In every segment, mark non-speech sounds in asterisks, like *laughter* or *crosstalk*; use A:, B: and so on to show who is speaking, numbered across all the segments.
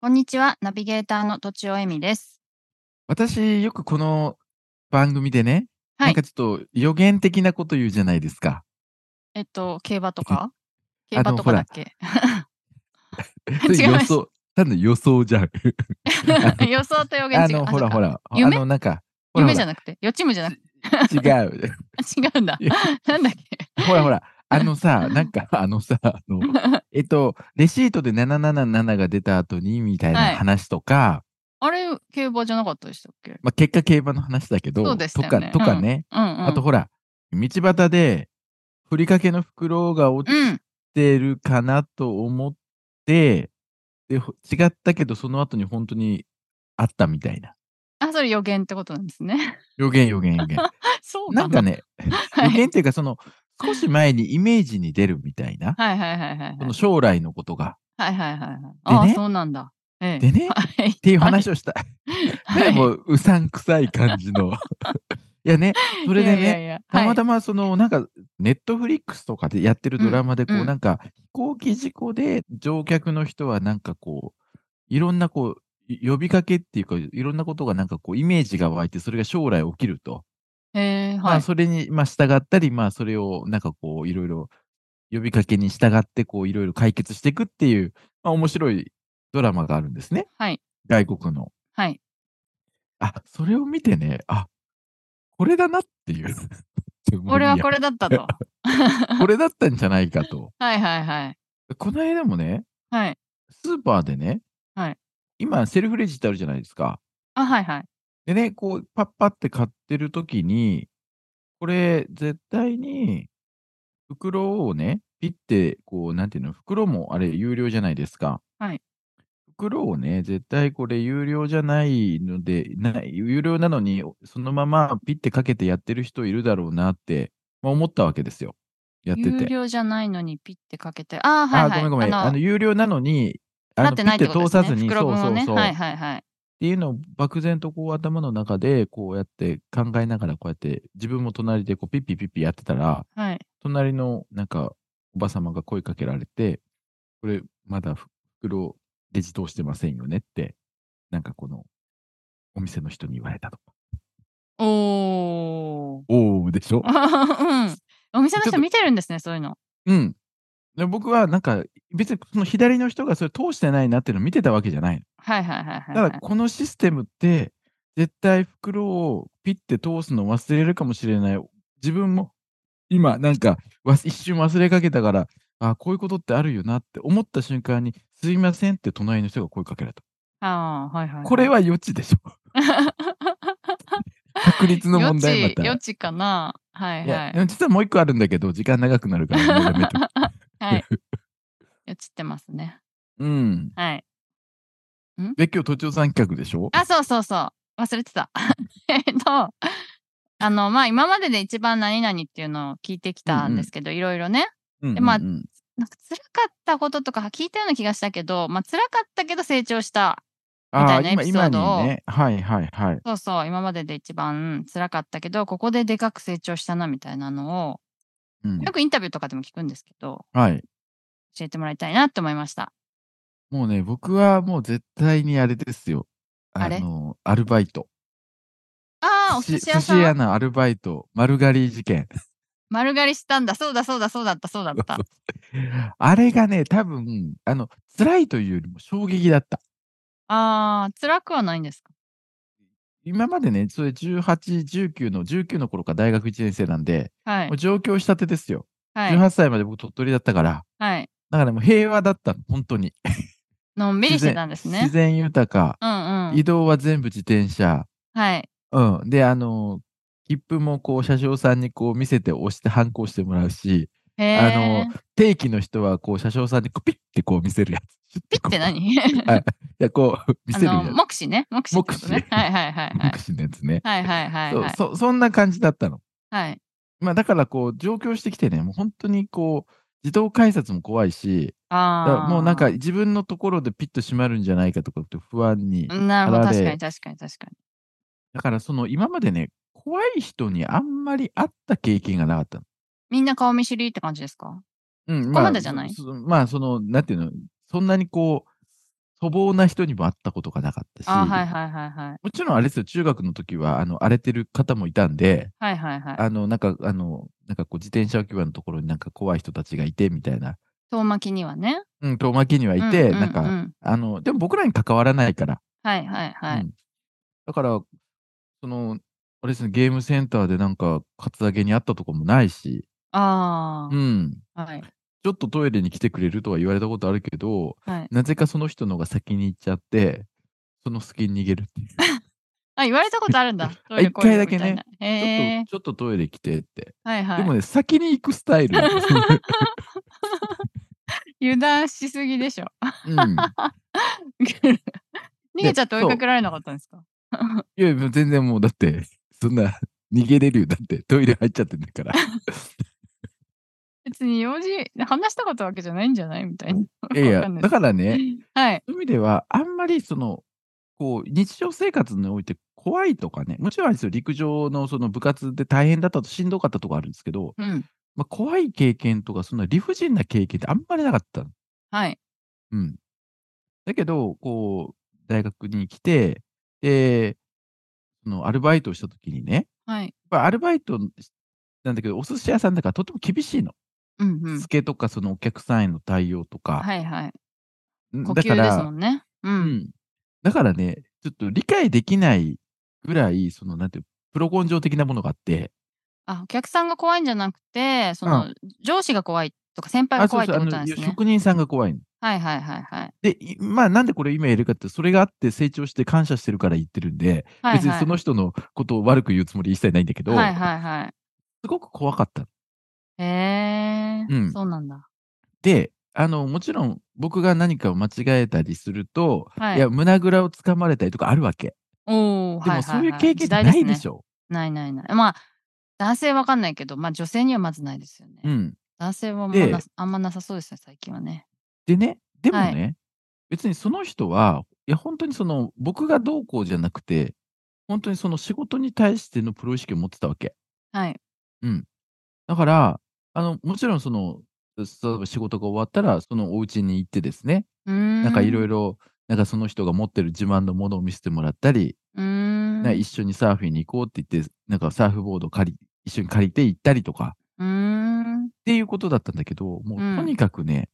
A: こんにちはナビゲーターのとちおえみです
B: 私、よくこの番組でね、
A: はい
B: なんかちょっと予言的なこと言うじゃないですか。
C: えっと、競馬とか競
B: あの
C: 馬とかだっけ *laughs* 違い
B: 予
C: ます
B: 想、単なる予想じゃん。
C: *laughs* 予想と予言
B: あ
C: 違う。
B: の、ほらほら、あ
C: 夢
B: の、なんか、ほらほ
C: 夢じ
B: ら
C: ゃなくて、予知夢じゃなく
B: *laughs*
C: て、
B: 違う。 *laughs*
C: 違うんだ。 *laughs* なんだっけ
B: ほらほら、あの
C: *laughs*
B: さ、なんか、あのさ、あの、えっと、レシートで777が出た後に、みたい
C: は
B: ない話とか、
C: あれ、競馬じゃなかったでしたっけ
B: まあ、結果競馬の話だけど、
C: そうでし
B: と
C: たよ
B: か、
C: ね
B: とかね、
C: うんうん。
B: あと、ほら、道端で、ふりかけの袋が落ち
C: うん。
B: ってるかなと思って、で、ほ違ったけど、その後に本当にあったみたいな。
C: あ、それ予言ってことなんですね。 *laughs*
B: 予言予言予言。
C: そう
B: なんか
C: かな。
B: ね、
C: は
B: 予
C: い
B: 言っていうか、その、少し前にイメージに出るみたいな、
C: はいはいはいはい
B: その将来のことが。
C: はい。はいはいはいはい。ああ、
B: ね
C: そうなんだ。ええ
B: でね、っ
C: はい。
B: ていう話をした。
C: は
B: ね
C: い
B: もう、うさんくさい感じの。いやね、それで
C: いやいや
B: ね、
C: いや
B: たまた
C: ま。
B: ま、その、なんか、ネットフリックスとかでやってるドラマで、こ
C: う
B: う、
C: ん
B: なんか、飛行機事故で乗客の人は、なんかこう、いろんなこう、い呼びかけっていうか、いろんなことがなんかこう、イメージが湧いて、それが将来起きると。
C: ええ、
B: ま
C: は
B: あ、
C: い。
B: それに、まあ、従ったり、まあ、それを、なんかこう、いろいろ、呼びかけに従って、こう、いろいろ解決していくっていう、まあ、面白いドラマがあるんですね。
C: はい。
B: 外国の。
C: はい。
B: あ、それを見てね、あ、これだなっていう。 *laughs*
C: 俺はこ
B: れ。
C: れだったと。 *laughs*
B: これだったんじゃないかと。
C: はいはいはい。
B: この間もね、
C: はい。
B: スーパーでね、
C: はい
B: 今、セルフレジってあるじゃないですか。
C: あ、はいはい。
B: でね、こう、パッパって買ってるときに、これ、絶対に、袋をね、ピッて、こう、なんていうの、袋もあれ、有料じゃないですか。
C: はい
B: 袋をね、絶対これ、有料じゃないので、ない有料なのに、そのままピッてかけてやってる人いるだろうなって、まあ、思ったわけですよ。やって
C: 有
B: て。
C: 料じゃないのにピッてかけて。ああ、はいは
B: あ、
C: い。
B: ごめんごめん。あの、有料なのに、あ
C: な
B: の
C: っ
B: ピ
C: てな
B: ッ
C: いって
B: て
C: こと
B: 通
C: ですね。
B: さずに、
C: 袋
B: そう
C: 分
B: そ
C: を
B: う
C: ね。
B: そう。
C: はいはいはい。
B: っていうのを漠然とこう頭の中でこうやって考えながらこうやって自分も隣でこうピッピピッピやってたら
C: はい。
B: 隣のなんかおば様が声かけられてこれまだ袋レジ通してませんよねってなんかこのお店の人に言われたとか
C: おー。
B: おおでしょ
C: *laughs* うん。お店
B: ちょっ
C: の
B: と
C: 人見てるんですね、そういうの。
B: うんで僕はなんか別にその左の人がそれ通してないなっていうのを見てたわけじゃない
C: はいはいはいはい
B: た
C: は
B: だ
C: い。
B: このシステムって、絶対袋をピッて通すの忘れるかもしれない。自分も今、なんかわ一瞬忘れかけたから、あこういうことってあるよなって思った瞬間に、すいませんって隣の人が声かけられた。
C: ああ、はいはいい。
B: これは予知でしょ。
C: *laughs*
B: 確率の問題ま
C: 余地、
B: た。
C: 余地かな。はい
B: い
C: は
B: や
C: い
B: で。も実はもう一個あるんだけど、時間長くなる
C: *laughs*
B: から、もうやめとく
C: はい。余地ってますね。
B: うん。
C: はい。
B: で、今日、都庁さん企画でしょ
C: あ、そうそうそう。忘れ
B: *laughs*
C: てた。えっと、あの、まあ、今までで一番何々っていうのを聞いてきたんですけど、いろいろね。
B: うんうんうん、
C: でまあなんか辛かったこととか聞いたような気がしたけど、まあ、辛かったけど成長したみたいな
B: あー今
C: エピソードを
B: 今にね、はいはいはい。
C: そうそう、今までで一番辛かったけど、ここででかく成長したなみたいなのを、
B: うん、
C: よくインタビューとかでも聞くんですけど、
B: はい。
C: 教えてもらいたいなって思いました。
B: もうね、僕はもう絶対にあれですよ。あ
C: あれ
B: の、アルバイト。
C: ああ、お寿司屋さ
B: 寿
C: ん。
B: のアルバイト、丸刈り事件。
C: 丸刈りしたんだ。そうだ、そうだ、そうだった、そう
B: *laughs*
C: だった。
B: あれがね、多分、あの、辛いというよりも衝撃だった。
C: ああ、辛くはないんですか
B: 今までね、それ18、19の、19の頃から大学1年生なんで、
C: はい
B: もう。上京したてですよ。
C: はい。
B: 18歳まで僕鳥取だったから、
C: はい。
B: だからもう平和だったの、本当に。
C: のんびりしてたんです
B: 自
C: ね。
B: 然豊か、
C: うんうん
B: 移。動は全部自転車。
C: はい。
B: うん。で、あの、切符もこう、車掌さんにこう見せて押して、反抗してもらうし、
C: へ
B: あ
C: え
B: の。、定期の人は、こう、車掌さんにこうピッてこう見せるやつ。
C: ピッて
B: *laughs*
C: 何
B: いや、こう、見
C: あ
B: せるや
C: の、目視ね。目視ってことね
B: 目。視
C: はいはいはい
B: つ。
C: は
B: 目
C: い。
B: 視のやつね。
C: はいはいはいはい。
B: *laughs* そうそそんな感じだったの。
C: はい。
B: まあ、だから、こう、上京してきてね、もう本当にこう、自動改札も怖いし、だか
C: あ
B: ら
C: あ。
B: もうなんか、自分のところでピッと閉まるんじゃないかとかって不安に。
C: なるほど。
B: あられ
C: 確かに確かに確かに。
B: だから、その今までね、怖い人にあんまり会った経験がなかったの。
C: みんな顔見知りって感じですか
B: うん、
C: こ
B: ま
C: ま
B: あ、
C: でじゃない
B: そそまあ、その、なんていうの、そんなにこう、粗暴な人にも会ったことがなかったし、
C: ああ、はいはいはいはい。
B: もちろんあれですよ、中学の時は、あの、荒れてる方もいたんで、
C: はいはいはい。
B: あの、なんか、あの、なんかこう、自転車置き場のところになんか怖い人たちがいて、みたいな。
C: 遠巻きにはね。
B: うん、遠巻きにはい
C: うん
B: て、
C: う
B: なん
C: う
B: か、あの、でも僕らに関わらないから。
C: はいはいは
B: う
C: い。
B: んだから、その、あれですね、ゲームセンターでなんか、カツアゲにあったとかもないし、
C: あ
B: うん。
C: あ。はい。
B: ちょっとトイレに来てくれるとは言われたことあるけど、
C: はい。
B: なぜかその人のが先に行っちゃって、その隙に逃げるっていう。
C: あ、言われたことあるんだ。トイレ
B: 一回だけね
C: こういうのみたいな。へえ。
B: ちょっとちょっとトイレ来てって。
C: はいはい。
B: でもね、先に行くスタイルなんですよ。
C: 油断しすぎでしょ。 *laughs*
B: うん。
C: 逃げちゃって追いかけられなかったんですか
B: いや、もう全然もう、だって、そんな、逃げれるよ。だって、トイレ入っちゃってんだ
C: *laughs*
B: から。
C: 別に用事、話したかったわけじゃないんじゃないみたいな。 *laughs*
B: いやい
C: わ
B: や、
C: かんない
B: だからね、
C: はい。
B: そういう意味では、あんまり、その、こう、日常生活において怖いとかね、もちろんあれですよ、陸上のその部活で大変だったとしんどかったとこあるんですけど、
C: うん。
B: まあ、怖い経験とか、そんな理不尽な経験ってあんまりなかったの。
C: はい。
B: うん。だけど、こう、大学に来て、で、そのアルバイトをしたときにね、
C: はい。
B: やっぱアルバイトなんだけど、お寿司屋さんだからとても厳しいの。
C: うんうん
B: つ。けとか、そのお客さんへの対応とか。
C: はいはい。
B: うん
C: 呼
B: だか
C: 吸です
B: ら、
C: もんね。う。
B: うんん。だからね、ちょっと理解できないぐらい、その、なんていう、プロ根性的なものがあって、
C: あ、お客さんが怖いんじゃなくて、その、上司が怖いとか、先輩
B: あ
C: が
B: そ
C: 怖
B: う
C: い
B: そ
C: って
B: う、あ
C: こと
B: の
C: なんですね。
B: 職人さんが怖いの。
C: はいはいはいはい。
B: で、いまあ、なんでこれ今やるかって、それがあって成長して感謝してるから言ってるんで、
C: はい
B: 別に
C: はい
B: その人のことを悪く言うつもり一切ないんだけど、
C: はいはいは
B: すごく怖かった。
C: い。へ
B: う
C: え、
B: ん
C: そうなんだ。
B: で、あの、もちろん僕が何かを間違えたりすると、
C: はい
B: い、や、胸ぐらをつかまれたりとかあるわけ。
C: おお、
B: で
C: は
B: も
C: いはいは。
B: そういう経験
C: 時
B: な
C: 代
B: い
C: すね
B: でしょ。
C: ないないない。まあ、男性わかんないけど、まあ女性にはまずないですよね。
B: うん。
C: 男性はも
B: で
C: うなあんまなさそうですね、最近はね。
B: でね、でもね、
C: は
B: 別にその人は、いや、本当にその、僕がどうこうじゃなくて、本当にその仕事に対してのプロ意識を持ってたわけ。
C: はい。
B: だから、あの、もちろんその、例えば仕事が終わったら、そのお家に行ってですね、
C: な
B: なんかいろい
C: ろ。
B: ろ、なんかその人が持ってる自慢のものを見せてもらったり、
C: うーん。
B: なんか一緒にサーフィンに行こうって言って、なんかサーフボード借り、一緒に借りて行ったりとか、
C: うーん。
B: っていうことだったんだけど、もう
C: うん
B: とにかくね、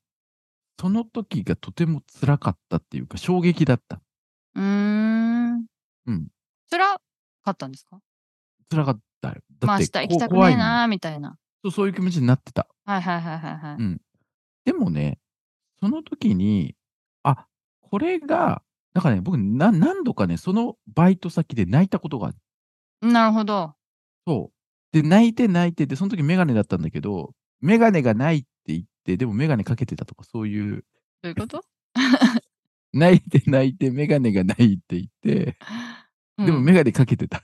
B: その時がとても辛かったっていうか、衝撃だった。
C: うーん。
B: うん。
C: 辛かったんですか
B: 辛かったよ。
C: ま
B: だ
C: あ
B: っ
C: 明
B: て、
C: 日行きたく
B: 怖
C: ね
B: い
C: え
B: もん
C: なーみたいな。
B: そうそういう気持ちになってた。
C: はいはいはいはいはい。
B: でもね、その時に、あ、これが、だからね、僕な、何度かね、そのバイト先で泣いたことがある。
C: なるほど。
B: そう。で、泣いて泣いて、で、その時メガネだったんだけど、メガネがないって言って、でもメガネかけてたとか、そういう、
C: どういうこと
B: 泣いて泣いて、メガネがないって言って、でも
C: うん
B: メガネかけてた。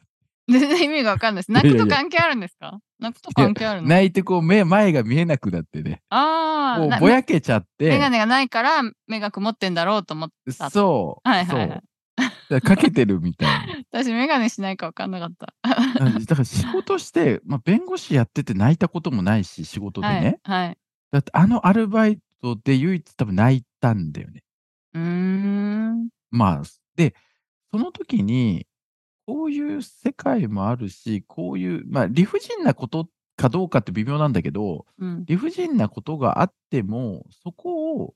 C: 全然意味がわかんないです。泣
B: い
C: く
B: や
C: と
B: いや
C: 関係あるんですか泣くと関係あるの
B: 泣いてこう目、前が見えなくなってね、
C: あ
B: も
C: あ、
B: う
C: な
B: ぼやけちゃっ
C: メ
B: て、
C: ガネがないから目が曇ってんだろうと思って。た
B: そう、
C: はいはいはい
B: そう。だからかけてるみたい
C: *laughs*
B: な。
C: 私メガネしないかわかんなかった。
B: あだから仕事して、まあ、弁護士やってて泣いたこともないし、仕事でね。
C: はい。はい。
B: だってあのアルバイトで唯一多分泣いたんだよね。
C: うーん。
B: まあ、で、その時に、こういう世界もあるし、こういう、まあ、理不尽なことかどうかって微妙なんだけど、
C: うん。
B: 理不尽なことがあっても、そこを、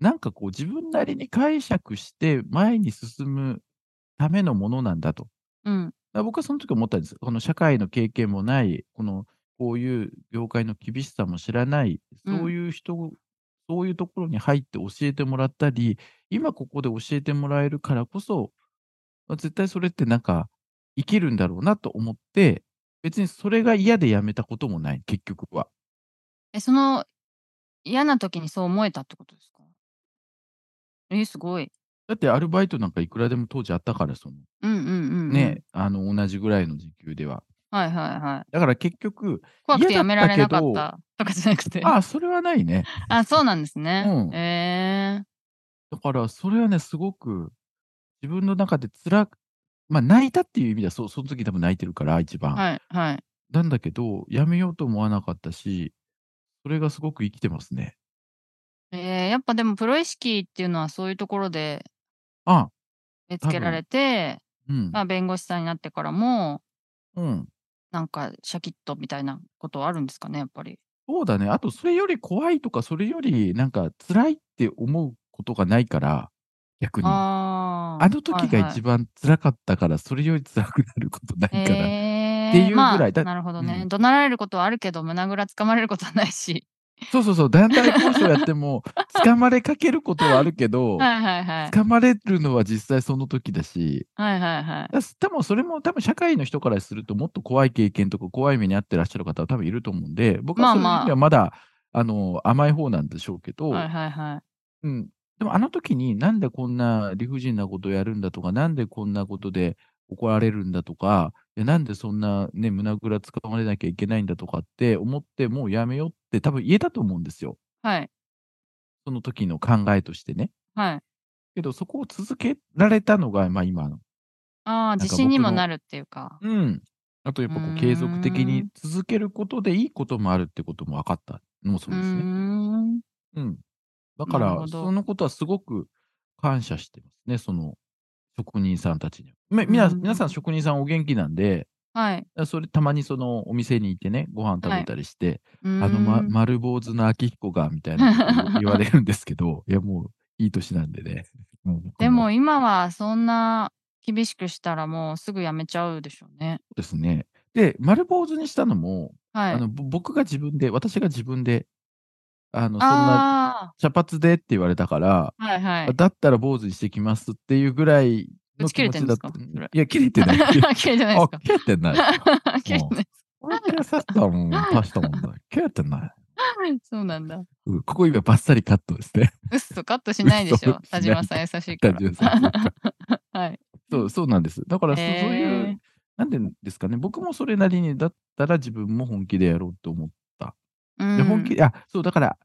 B: なんかこう自分なりに解釈して前に進むためのものなんだと。
C: うん。
B: だから僕はその時思ったんです。この社会の経験もない、このこういう業界の厳しさも知らない、
C: うん
B: そういう人、そういうところに入って教えてもらったり、今ここで教えてもらえるからこそ、まあ絶対それってなんか生きるんだろうなと思って、別にそれが嫌でやめたこともない、結局は。
C: え、その嫌な時にそう思えたってことですかえ、すごい。
B: だってアルバイトなんかいくらでも当時あったから、その、
C: うんうんうん。
B: ね、あの、同じぐらいの時給では。
C: うん。はいはいはい。
B: だから結局、
C: 怖くてやめられなかっ
B: 嫌だ
C: たとかじゃなくて。
B: ああ、それはないね。
C: あ、そうなんですね。
B: うん
C: え
B: だから、それはね、すごく、自分の中で辛く、まあ、泣いたっていう意味では、そうその時多分泣いてるから、一
C: え
B: 番。
C: はいはい。
B: なんだけど、やめようと思わなかったし、それがすごく生きてますね。
C: ええやっぱでもプロ意識っていうのはそういうところで
B: あ、
C: 目つけられて、
B: うん。
C: まあ、弁護士さんになってからも、
B: うん。
C: なんかシャキッとみたいなことはあるんですかね、やっぱり。
B: そうだね。あと、それより怖いとか、それより、なんか、辛いって思うことがないから、逆に。あ
C: ああ。
B: の時が一
C: 番
B: 番辛かったから、それより辛くなることないから。
C: ええ
B: っていうぐらい
C: まあ
B: だ
C: なるほどね、
B: うん
C: 怒鳴られることはあるけど、胸ぐらつかまれることはないし。
B: そうそうそう、団体交渉やって
C: *laughs*
B: も、掴まれかけることはあるけど、
C: はいはいはい。
B: 掴まれるのは実際その時だし、
C: はいはいはい。
B: だ多分それも多分社会の人からするともっと怖い経験とか怖い目に遭ってらっしゃる方は多分いると思うんで、僕はそういう
C: まあま
B: 意
C: あ
B: 味ではまだ、あの甘い方なんでしょうけど、
C: はいはいはい。
B: うん、でもあの時になんでこんな理不尽なことをやるんだとか、なんでこんなことで怒られるんだとか、いやなんでそんなね、胸ぐらつかまれなきゃいけないんだとかって思って、もうやめようって多分言えたと思うんですよ。
C: はい。
B: その時の考えとしてね。
C: はい。
B: けど、そこを続けられたのが、まあ今の。
C: ああ、
B: んか
C: 自信にも
B: 僕の
C: なるっていうか。
B: うん。あと、やっぱこ
C: うーん
B: う継続的に続けることでいいこともあるってことも分かったのもそう
C: うー
B: ですね。
C: ん。
B: うん。だか
C: なるほ
B: ら、
C: ど
B: そのことはすごく感謝してますね、その職人さんたちには。みみな
C: うん
B: 皆さん職人さんお元気なんで、
C: はい。
B: それたまにそのお店に行ってね、ご飯食べたりして、
C: あの
B: あの、ま、丸坊主の明彦が、みたいなことを言われるんですけ
C: *laughs*
B: ど、いや、もういい年なんでね。 *laughs* もう僕
C: でも今はそんな厳しくしたらもうすぐやめちゃうでしょうね。
B: ですね。で、丸坊主にしたのも、
C: はい。
B: あのぼ僕が自分で、私が自分で、あのそんな
C: あ
B: 茶髪でって言われたから、
C: あーはいはい。
B: だったら坊主にしてきますっていうぐらいの
C: 打ち切
B: 気
C: れ
B: 持
C: てん
B: ち
C: で
B: だっ
C: すか
B: た。
C: それ
B: いや、切れて
C: *laughs*
B: ない。
C: 綺麗じゃないです
B: あ
C: か、。
B: 切れてない。
C: *laughs* 綺麗じゃないです
B: 俺切らさせたもん、出したもんだ。切れてない。
C: か。そうなんだ。
B: うんここ今バッサリカットですね。
C: うっそ、カットしないでしょ。
B: 嘘
C: 田島さん優しいか
B: 感
C: ら
B: じ。です
C: *laughs*
B: ね
C: はい。
B: そう、そうなんです。だからそ、そうい
C: へー
B: う、なんでですかね。僕もそれなりに、だったら自分も本気でやろうと思って。
C: う
B: で本気
C: ん。
B: で、あ、そう、だから、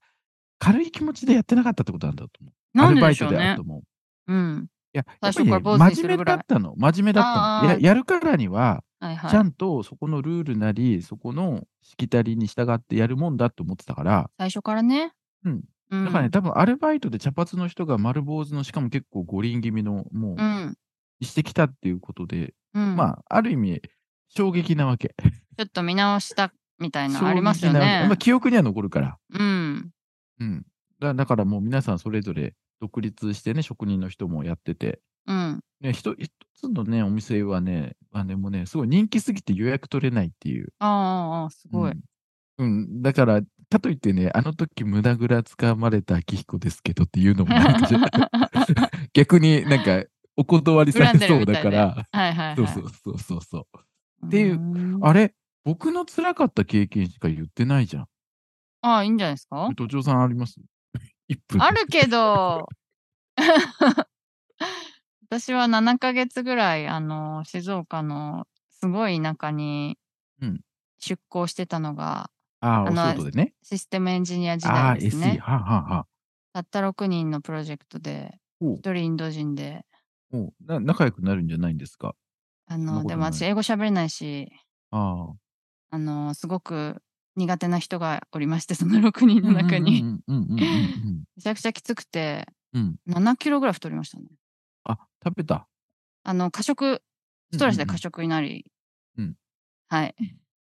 B: 軽い気持ちでやってなかったってことなんだと思う。
C: なん
B: アル
C: で
B: バ
C: で
B: イ
C: しょ
B: ト
C: う
B: であ
C: ね
B: ると。思う。
C: うん。
B: いや、や
C: 最
B: っぱりね、
C: 初から坊主にす
B: 真面
C: るぐ
B: 目
C: らい
B: だったの。真面目だったの。
C: あ
B: や
C: ー
B: やるからには、
C: はいはい。
B: ちゃんとそこのルールなり、そこのしきたりに従ってやるもんだと思ってたから、
C: 最初からね。
B: うん。
C: うん。
B: だからね、多分アルバイトで茶髪の人が丸坊主の、しかも結構五輪気味の、も
C: う
B: う、
C: ん。
B: してきたっていうことで、
C: うん。
B: まあ、ある意味、衝撃なわけ。
C: ちょっと見直したみたいなのあ
B: 衝
C: りますよ
B: 撃なわけ
C: ね
B: まあ、。記憶には残るから。
C: うん。
B: うん。だだからもう皆さんそれぞれ独立してね、職人の人もやってて、
C: うん。
B: ね、一一つのね、お店はね、あでもね、すごい人気すぎて予約取れないっていう。
C: あーあー、あーすごい。
B: うん。うん、だから、かといってね、あの時無駄ぐらつかまれた明彦ですけどっていうのもなんか
C: *laughs*
B: ちょっと逆になんかお断りさ
C: 恨
B: れ
C: んでる
B: そう
C: みた
B: だ
C: いで
B: から、
C: *laughs* はいはいはい。
B: そうそうそうそうそう。
C: って
B: いう
C: うあ
B: あれ僕の辛かった経験しか言ってないじゃん。
C: あー、いいんじゃないですか
B: 都庁さんあります ?1 *laughs* 分で。
C: あるけど、 *laughs* 私は7ヶ月ぐらい、あの、静岡のすごい田舎に
B: うん
C: 出向してたのが、
B: あ
C: あ
B: ー
C: の
B: お仕事でね。
C: システムエンジニア時
B: ああ
C: 代
B: ー、
C: です
B: SE。
C: ね。
B: はあ、はあはあ、
C: たった6人のプロジェクトで、
B: お
C: 1
B: う
C: 人インド人で、
B: おうな仲良くなるんじゃないんですか
C: あ
B: そんな
C: の、
B: こと
C: でも
B: ない
C: 私英語喋れないし、
B: ああ。
C: あの、すごく苦手な人がおりまして、その6人の中に。
B: うんうんうんうんうんうん
C: めちゃくちゃきつくて、
B: うん
C: 7キロぐらい太りましたね。
B: あ、食べ
C: *laughs*
B: た。
C: あの、過食、ストレスで
B: うんうんうん
C: 過食になり、
B: うん
C: はい。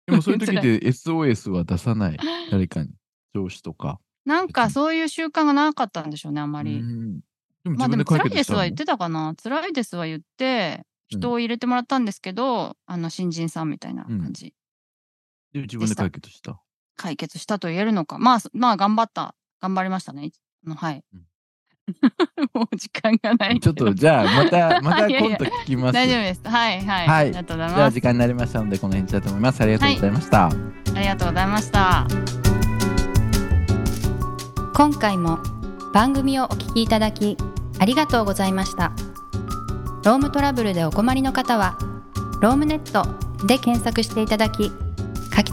B: でもそういう時
C: 辛
B: で SOS は出さない。誰かに。上司とか。
C: なんかそういう習慣がなかったんでしょうね、あんまり。
B: うんでも
C: まあ
B: 自
C: で
B: 分
C: も、
B: で解
C: 辛い
B: 決
C: で
B: し
C: す
B: た
C: は
B: の
C: 言ってたかな。辛いですは言って、
B: うん
C: 人を入れてもらったんですけど、あの、新人さんみたいな感じ。
B: で自分で解決
C: *laughs*
B: した。
C: 解決したと言えるのか。まあ、そまあ、頑張った。頑張りましたね。あのはい。
B: うん
C: *laughs* もう時間がない
B: ち
C: け
B: ょっ
C: ど。
B: とじゃあまた、また
C: *laughs* いやい
B: 今
C: や
B: 度聞きます。
C: 大丈夫
B: じ
C: です。はいはい。
B: はい
C: ありがとうござい
B: ゃあ
C: ます
B: 時。間になりましたのでこの辺だと思います。ありがとうございました。
C: ありがとうございました。
A: 今回も番組をお聞きいただきありがとうございましたロームトラブルでお困りの方はロームネットで検索していただき柿